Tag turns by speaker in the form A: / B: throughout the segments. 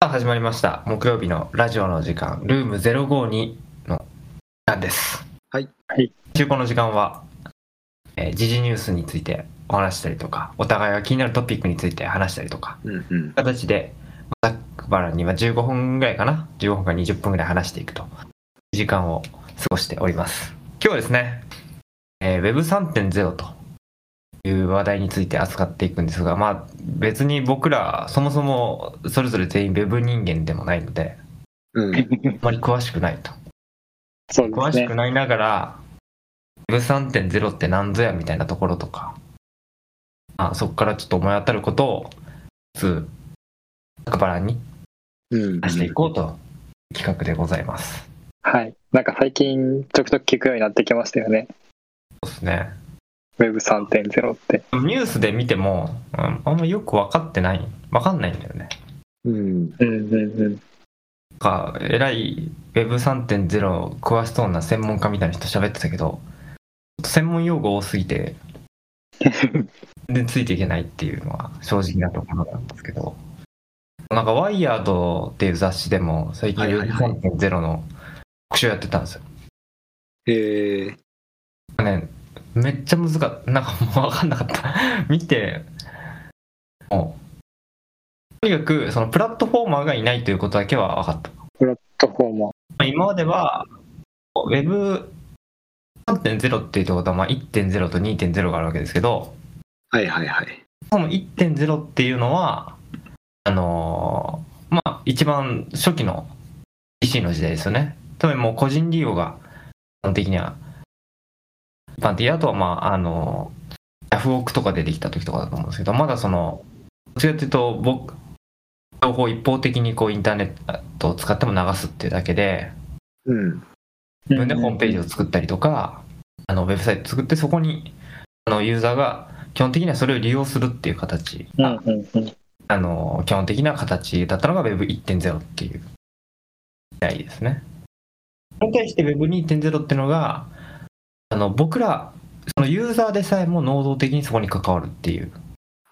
A: さあ始まりました木曜日のラジオの時間ルーム052の時間です
B: はい、
C: はい
A: 中古の時間は、えー時事ニュースについてお話したりとかお互いが気になるトピックについて話したりとか
B: うんうん。
A: 形でざっくばらんには15分ぐらいかな15分か20分ぐらい話していくという時間を過ごしております今日はですね、えー Web3.0 という話題について扱っていくんですがまあ別に僕らそもそもそれぞれ全員 Web 人間でもないので
B: うん。
A: あまり詳しくないと
C: そう
A: 詳
C: です
A: し
C: ね
A: く。ないながら、Web3.0 ってなんぞやみたいなところとか、あそこからちょっと思い当たることを、つつ、バランに
B: うん。
A: 出していこうという企画でございます。
C: はい。なんか最近ちょくちょく聞くようになってきましたよね。
A: そうですね。
C: Web3.0 って。
A: ニュースで見ても、うんあんまよく分かってない、分かんないんだよね。
B: うん。
C: うんうんうん。
A: なんか、えらい Web3.0 詳しそうな専門家みたいな人喋ってたけど、ちょっと専門用語多すぎ て、全然ついていけないっていうのは正直なところなんですけど、なんか、ワイヤードっていう雑誌でも、最近
B: はいはいはい
A: Web3.0 の特集やってたんですよ。
B: へえ。
A: ね、めっちゃ難かった。なんかもう分かんなかった。 見て、もう、とにかく、そのプラットフォーマーがいないということだけは分かった。
C: とこも。
A: 今までは Web3.0 っていうところはまあ1.0と2.0があるわけですけど
B: はいはいはい。
A: その1.0っていうのはあのーまあ一番初期の PC の時代ですよね。つまりもう個人利用が基本的には一般的であとはまああのヤフオクとか出てきた時とかだと思うんですけどまだそのどっちかっていうと僕情報を一方的にこうインターネットを使っても流すっていうだけで
B: うん。
C: 自
A: 自分でホームページを作ったりとか、あのウェブサイト作って、そこにあのユーザーが基本的にはそれを利用するっていう形、
C: うんうんうん。
A: あの基本的な形だったのが Web1.0 っていう時代ですね。それに対して Web2.0 っていうのが、あの僕ら、そのユーザーでさえも能動的にそこに関わるっていう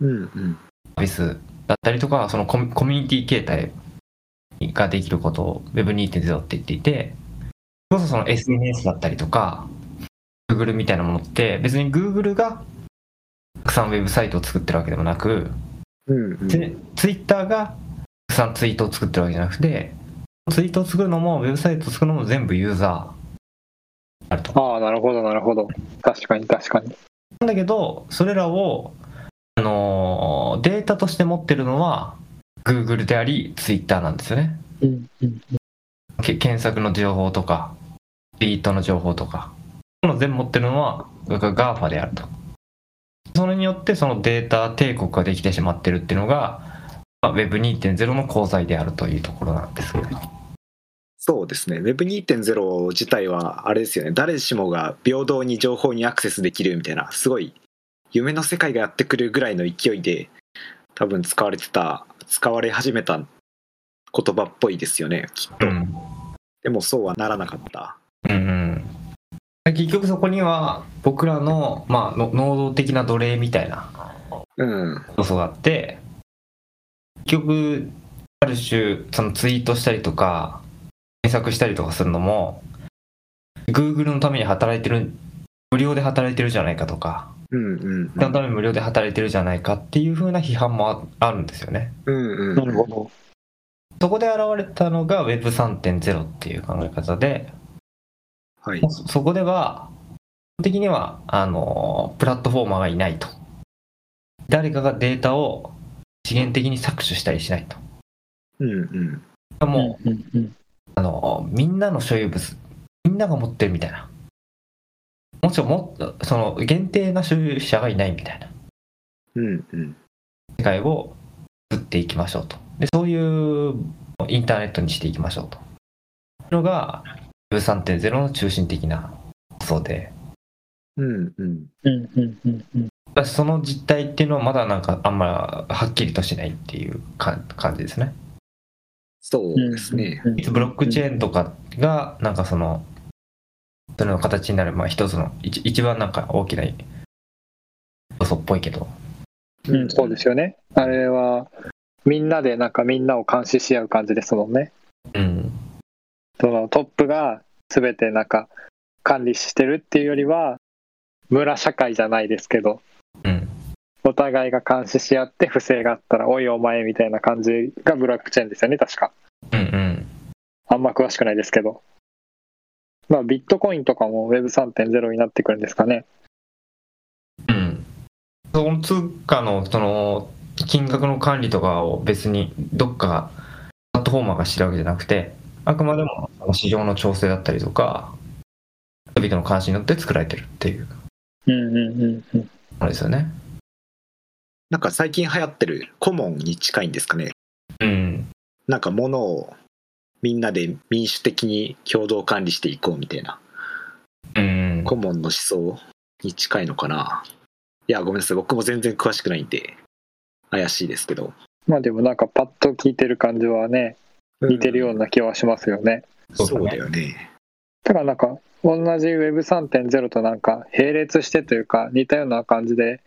B: うんうん。
A: サービスだったりとか、そのコミコミュニティ形態ができることを Web2.0 って言っていて、それこそその SNS だったりとか、Google みたいなものって、別に Google がたくさんウェブサイトを作ってるわけでもなく、
B: うんうん。
A: で Twitter がたくさんツイートを作ってるわけじゃなくて、ツイートを作るのも、ウェブサイトを作るのも全部ユーザーあると。
C: ああ、なるほどなるほど。確かに確かに。
A: なんだけど、それらを、あのーデータとして持ってるのは、Google であり、Twitter なんですよね。
C: うんうん。
A: け検索の情報とか、ツイートの情報とか、この全部持ってるのはが GAFA であると。それによってそのデータ帝国ができてしまってるっていうのが、まあ Web2.0 の功罪であるというところなんですけど。
B: そうですね。Web2.0 自体は、あれですよね。誰しもが平等に情報にアクセスできるみたいな、すごい夢の世界がやってくるぐらいの勢いで、多分使われてた、使われ始めた言葉っぽいですよね。きっと。
A: うん
B: でもそうはならなかった。
A: うんうん、結局そこには僕らの,、まあ、の能動的な奴隷みたいな
B: うん。
A: 要素があって結局ある種そのツイートしたりとか検索したりとかするのも Google のために働いてる無料で働いてるじゃないかとか
B: うんうん。
A: 人のために無料で働いてるじゃないかっていう風な批判もああるんですよね
B: うんうん。
C: なるほど。
A: そこで現れたのが Web3.0 っていう考え方で
B: はい。
A: そそこでは基本的にはあのプラットフォーマーがいないと誰かがデータを資源的に搾取したりしないと
B: うんうん。
A: もう、
C: う。うんうん
A: あのみんなの所有物みんなが持ってるみたいなもちろんもその限定な所有者がいないみたいな
B: うんうん。
A: 世界を作っていきましょうとでそういうインターネットにしていきましょうというのが Web3.0 の中心的な発想で
B: うんうん。
C: うんうんうんうん。
A: ただその実態っていうのはまだなんかあんまはっきりとしないっていうか感じですね
B: そうですね。
C: うんうんうん。
A: いつブロックチェーンとかがなんかそのそれの形になるまあ一つの一一番なんか大きな要素っぽいけど
C: うん、そうですよね。あれは、みんなでなんかみんなを監視し合う感じですもんね。
A: うん。
C: そのトップが全てなんか管理してるっていうよりは村社会じゃないですけど
A: うん。
C: お互いが監視し合って不正があったら「おいお前」みたいな感じがブロックチェーンですよね確か
A: うんうん。
C: あんま詳しくないですけどまあビットコインとかも Web3.0 になってくるんですかね
A: うん。その通貨の、その、金額の管理とかを別にどっかプラットフォーマーがしてるわけじゃなくて、あくまでもその市場の調整だったりとか、人々の関心によって作られてるっていう
C: うんうんうんうん
A: ものですよね。
B: なんか最近流行ってるコモンに近いんですかね
A: うん。
B: なんかものをみんなで民主的に共同管理していこうみたいな
A: うん。
B: コモンの思想に近いのかないやごめんなさい僕も全然詳しくないんで怪しいですけど
C: まあでもなんかパッと聞いてる感じはね似てるような気はしますよね
B: うんそうだよね
C: だからなんか同じ Web3.0 となんか並列してというか似たような感じで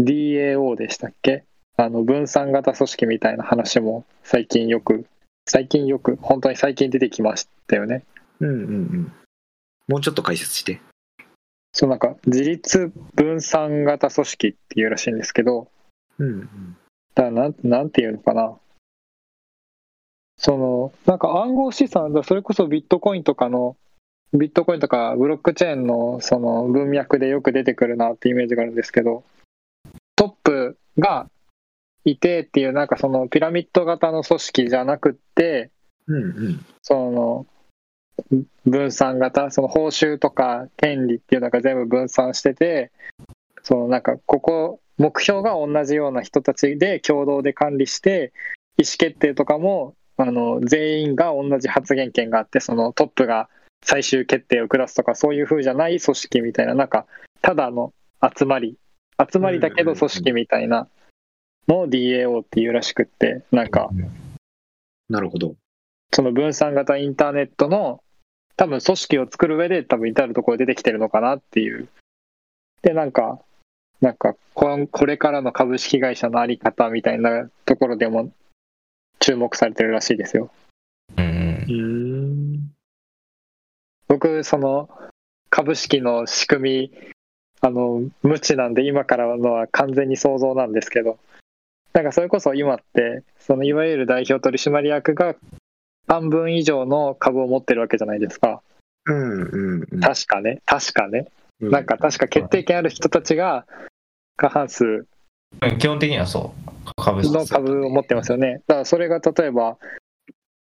C: DAO でしたっけあの分散型組織みたいな話も最近よく最近よく本当に最近出てきましたよね
B: うんうんうんもうちょっと解説して
C: そうなんか自立分散型組織っていうらしいんですけど
B: うんうん
C: だからなんなんていうのかなそのなんか暗号資産だそれこそビットコインとかのビットコインとかブロックチェーンのその文脈でよく出てくるなってイメージがあるんですけどトップがいてっていうなんかそのピラミッド型の組織じゃなくって
B: うんうん
C: その分散型その報酬とか権利っていうのが全部分散しててそのなんかここ目標が同じような人たちで共同で管理して意思決定とかもあの全員が同じ発言権があってそのトップが最終決定を下すとかそういう風じゃない組織みたいななんかただの集まり集まりだけど組織みたいなのを DAO っていうらしくってなんか
B: なるほど
C: その分散型インターネットの多分組織を作る上で多分至るところで出てきてるのかなっていう。で、なんか、なんかこん、これからの株式会社のあり方みたいなところでも注目されてるらしいですよ。
A: うんうん。
B: うん
C: 僕、その、株式の仕組み、あの、無知なんで今からのは完全に想像なんですけど、なんかそれこそ今って、そのいわゆる代表取締役が半分以上の株を持ってるわけじゃないですか。
B: うんうんうん
C: 確かね、確かね、なんか確か決定権ある人たちが過半数
A: 基本的にはそう。株式。
C: の株を持ってますよね。だからそれが例えば、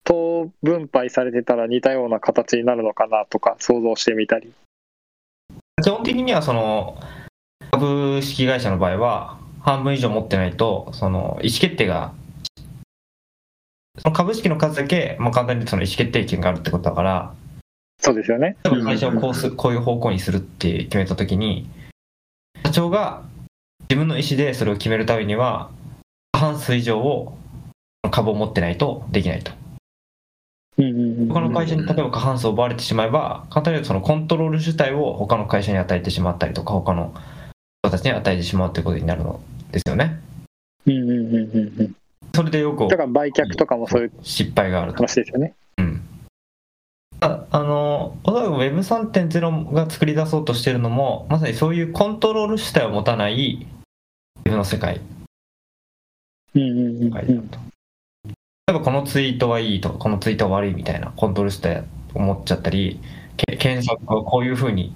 C: 等分配されてたら似たような形になるのかなとか想像してみたり。
A: 基本的にはその株式会社の場合は半分以上持ってないとその意思決定がその株式の数だけ、まあ、簡単に言うとその意思決定権があるってことだから
C: そうですよね。
A: 例えば会社をこうす
B: う
A: こういう方向にするって決めた時に社長が自分の意思でそれを決めるためには過半数以上を株を持ってないとできないと
C: うんうんうん
A: 他の会社に例えば過半数を奪われてしまえば簡単に言うとそのコントロール主体を他の会社に与えてしまったりとか他の人たちに与えてしまうということになるのですよね
C: うんうんうんうんうん
A: それでよく
C: だから売却とかもそういう
A: 失敗があると
C: 話ですよね。
A: ああのおそらく Web3.0 が作り出そうとしているのもまさにそういうコントロール主体を持たない Web の世界
C: うんうんうん
A: がある
C: うん
A: と例えばこのツイートはいいとかこのツイートは悪いみたいなコントロール主体を持っちゃったりけ検索はこういうふうに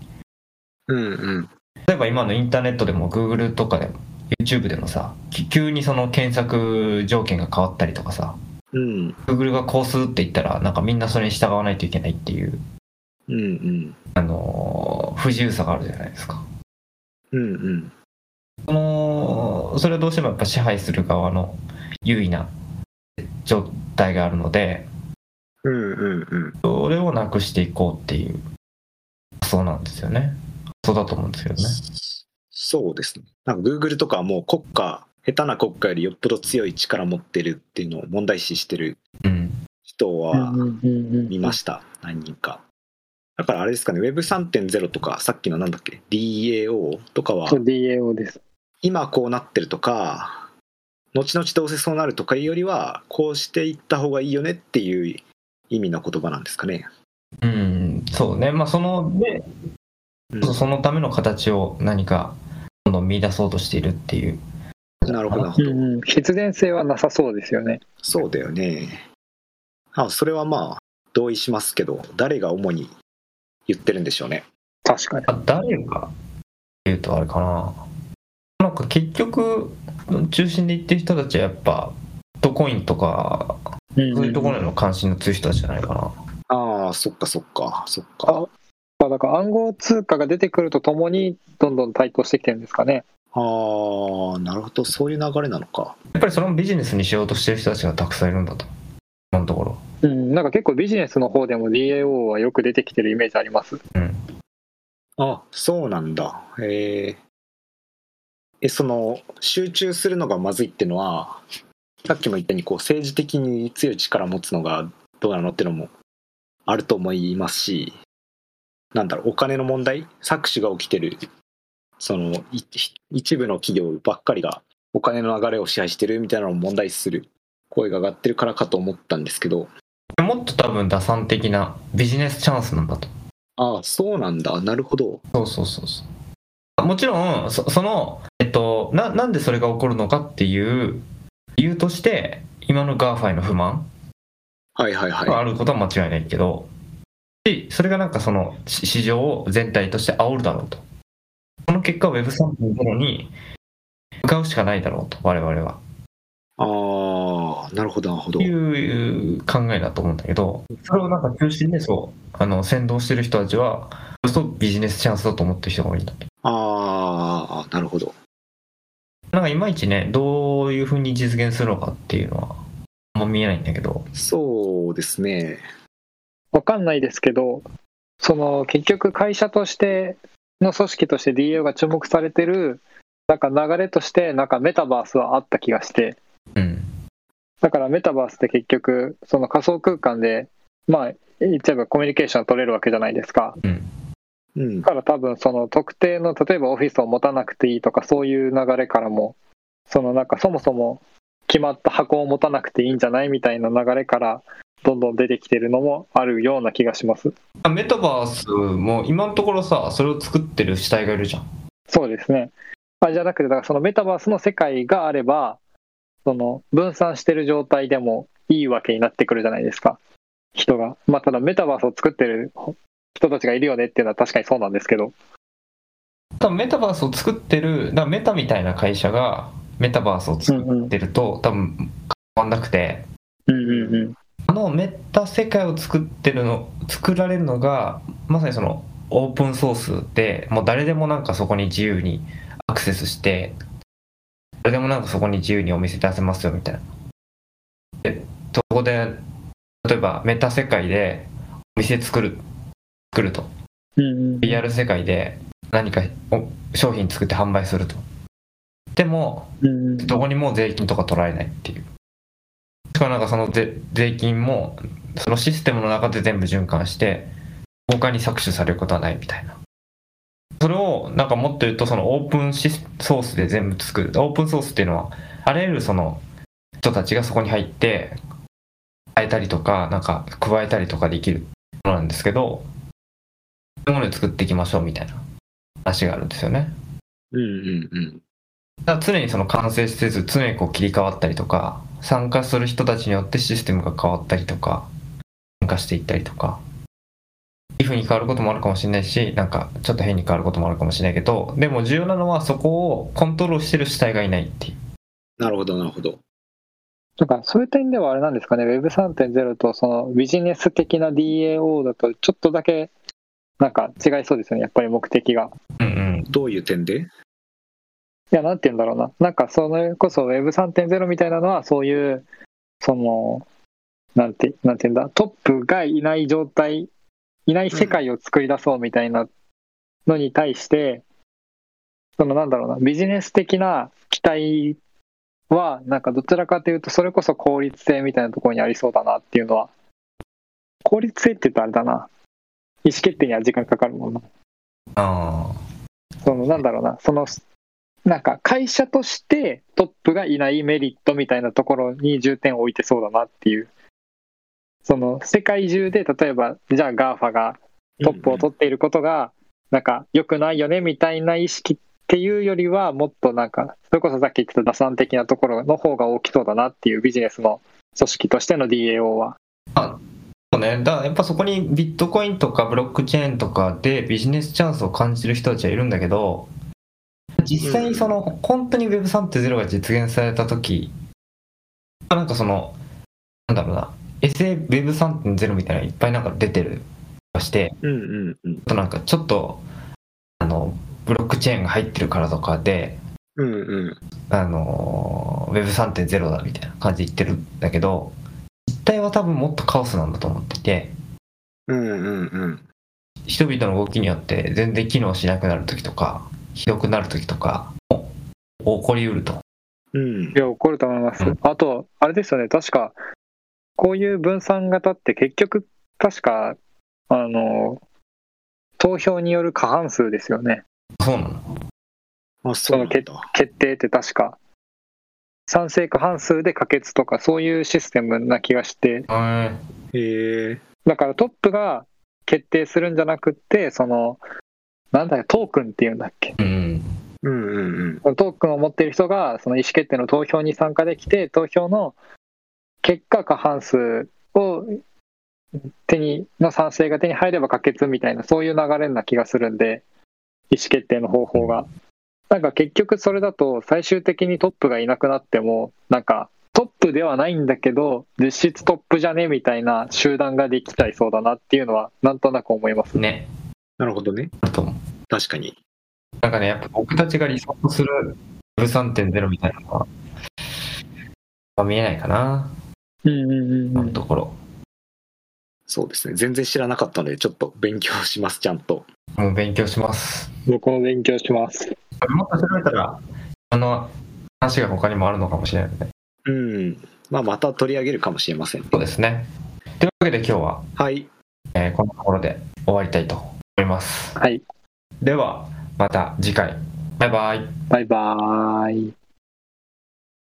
B: うんうん
A: 例えば今のインターネットでも Google とかでも YouTube でもさき急にその検索条件が変わったりとかさ
B: うん
A: Google がこうするって言ったらなんかみんなそれに従わないといけないっていう、
B: うんうん
A: あのー不自由さがあるじゃないですか
B: うんうん
A: そのそれをどうしてもやっぱ支配する側の優位な状態があるので
B: うんうんうん
A: それをなくしていこうっていう発想なんですよね発想だと思うんですけどね
B: そうですね。なんか Google とかはもう国家、下手な国家よりよっぽど強い力持ってるっていうのを問題視してる
A: うん
B: 人は
C: うんうん
B: 見ました、何人か。だからあれですかね、Web3.0 とか、さっきのなんだっけ、DAO とかは
C: そ、う DAO です。
B: 今こうなってるとか、後々どうせそうなるとかいうよりはこうしていった方がいいよねっていう意味の言葉なんですかね。
A: うん、そうね、まあ、そので、
B: うん
A: そうそのための形を何かどんどん見出そうとしているっていう。
B: なるほどなるほど。
C: うん、必然性はなさそうですよね。
B: そうだよね。あそれはまあ同意しますけど誰が主に言ってるんでしょうね。
C: 確かに。
A: あ誰がっていうとあれかな。なんか結局、中心で言ってる人たちはやっぱ、ビットコインとか、
C: うん
A: そういうところへの関心の強い人たちじゃないかな。
B: ああそっかそっかそっか。
C: まあだから暗号通貨が出てくるとともにどんどん台頭してきてるんですかね。
B: ああなるほどそういう流れなのか。
A: やっぱりそれもビジネスにしようとしてる人たちがたくさんいるんだと。今のところ。
C: うん、なんか結構ビジネスの方でも DAO はよく出てきてるイメージあります。
B: あそうなんだ。えーえその集中するのがまずいってのはさっきも言ったようにこう政治的に強い力を持つのがどうなのってのもあると思いますしなんだろうお金の問題搾取が起きてるそのい一部の企業ばっかりがお金の流れを支配してるみたいなのを問題視する声が上がってるからかと思ったんですけど
A: もっと多分打算的なビジネスチャンスなんだと。
B: ああそうなんだなるほど
A: そうそうそうそう。もちろん、そその、えっとな、なんでそれが起こるのかっていう理由として、今の GAFA への不満
B: はいはいはい
A: があることは間違いないけど、しそれがなんかそのし市場を全体として煽るだろうと。その結果、Web3.0 に向かうしかないだろうと、我々は。
B: ああなるほどなるほど
A: いう考えだと思うんだけど、それをなんか中心でそう、あの、先導してる人たちは、そうするとビジネスチャンスだと思ってる人が多いんだと。
B: ああ、なるほど。
A: なんかいまいちね、どういうふうに実現するのかっていうのは、あんま見えないんだけど、
B: そうですね。
C: わかんないですけど、その結局会社としての組織として DAO が注目されてるなんか流れとしてなんかメタバースはあった気がして、
A: うん。
C: だからメタバースって結局その仮想空間でまあ言っちゃえばコミュニケーションを取れるわけじゃないですか。
B: うん
C: だ。から多分その特定の例えばオフィスを持たなくていいとかそういう流れからもそのなんかそもそも決まった箱を持たなくていいんじゃないみたいな流れからどんどん出てきてるのもあるような気がします
A: あメタバースも今のところさ、それを作ってる主体がいるじゃん。
C: そうですねあじゃなくてだからそのメタバースの世界があればその分散してる状態でもいいわけになってくるじゃないですか人がまあただメタバースを作ってる人たちがいるよねっていうのは確かにそうなんですけど
A: 多分メタバースを作ってる、だからメタみたいな会社がメタバースを作
C: うん
A: ってると、多分変わんなくて、
C: うんうん
A: あのメタ世界を作ってるの作られるのがまさにそのオープンソースでもう誰でもなんかそこに自由にアクセスして誰でもなんかそこに自由にお店出せますよみたいな。でそこで例えばメタ世界でお店作る作ると
C: うん
A: リアル世界で何かお商品作って販売すると。でも
C: うん
A: どこにも税金とか取られないっていう。しかもなんかその税税金も、そのシステムの中で全部循環して、他に搾取されることはないみたいな。それを、なんかもっと言うと、そのオープンシスソースで全部作る。オープンソースっていうのは、あらゆるその人たちがそこに入って、変えたりとか、なんか加えたりとかできるものなんですけど、そういうもので作っていきましょうみたいな話があるんですよね。
B: うんうんうん。
A: だから常にその完成せず常にこう切り替わったりとか参加する人たちによってシステムが変わったりとか変化していったりとかいうふうに変わることもあるかもしれないしなんかちょっと変に変わることもあるかもしれないけどでも重要なのはそこをコントロールしてる主体がいないっていう
B: なるほどなるほど。
C: なんかそういう点ではあれなんですかね、Web3.0 とそのビジネス的な DAO だとちょっとだけなんか違いそうですよね、やっぱり目的が。
A: うん
B: どういう点で
C: いや、なんて言うんだろうな、なんかそれこそ Web3.0 みたいなのはそういう、その、なんて、なんて言うんだ、トップがいない状態、いない世界を作り出そうみたいなのに対して、そのなんだろうな、ビジネス的な期待は、なんかどちらかというと、それこそ効率性みたいなところにありそうだなっていうのは、効率性って言うとあれだな、意思決定には時間かかるもんな。
A: あ
C: そのなんだろうな、そのなんか会社としてトップがいないメリットみたいなところに重点を置いてそうだなっていう。その世界中で例えばじゃあ GAFA がトップを取っていることがなんか良くないよねみたいな意識っていうよりはもっとなんかそれこそさっき言ってた打算的なところの方が大きそうだなっていうビジネスの組織としての DAO は。
A: そうね、だからやっぱそこにビットコインとかブロックチェーンとかでビジネスチャンスを感じる人たちはいるんだけど実際にその本当に Web3.0 が実現された時なんかそのなんだろうな SAWeb3.0 みたいなのいっぱいなんか出てるとして
B: うんうんうん
A: あとなんかちょっとあのブロックチェーンが入ってるからとかで
B: うんうん
A: あの Web3.0 だみたいな感じで言ってるんだけど実態は多分もっとカオスなんだと思っていて。
B: うんうんうん
A: 人々の動きによって全然機能しなくなる時とかひどくなる時とかも起こりうると
B: うん
C: いや、怒ると思います
A: うん。
C: あと、あれですよね、確か、こういう分散型って結局、確か、あの、投票による過半数ですよね。
A: そうなの
B: あそうなんだ
C: そ決定って確か。賛成過半数で可決とか、そういうシステムな気がして、
A: へ
B: へえ
C: だからトップが決定するんじゃなくって、その、なんだよ、トークンっていうんだっけ。
A: えうん
B: うんうんうん
C: トークンを持っている人がその意思決定の投票に参加できて投票の結果過半数を手にの賛成が手に入れば可決みたいなそういう流れな気がするんで意思決定の方法がなんか結局それだと最終的にトップがいなくなってもなんかトップではないんだけど実質トップじゃねみたいな集団ができちゃいそうだなっていうのはなんとなく思います
A: ね
B: なるほどね
A: あと思う
B: 確かに
A: なんかねやっぱ僕たちが理想とする Web3.0 みたいなのはまあ見えないかな
C: うんうんうん
A: 今のところ
B: そうですね全然知らなかったのでちょっと勉強しますちゃんと
A: もう勉強します
C: 僕も勉強します
A: もっと調べたらあの話が他にもあるのかもしれないので
B: うんまあまた取り上げるかもしれませんね
A: そうですねというわけで今日は、
B: はい
A: えーこんなところで終わりたいと思います
C: はい
A: ではまた次回バイバイ
C: バイバーイ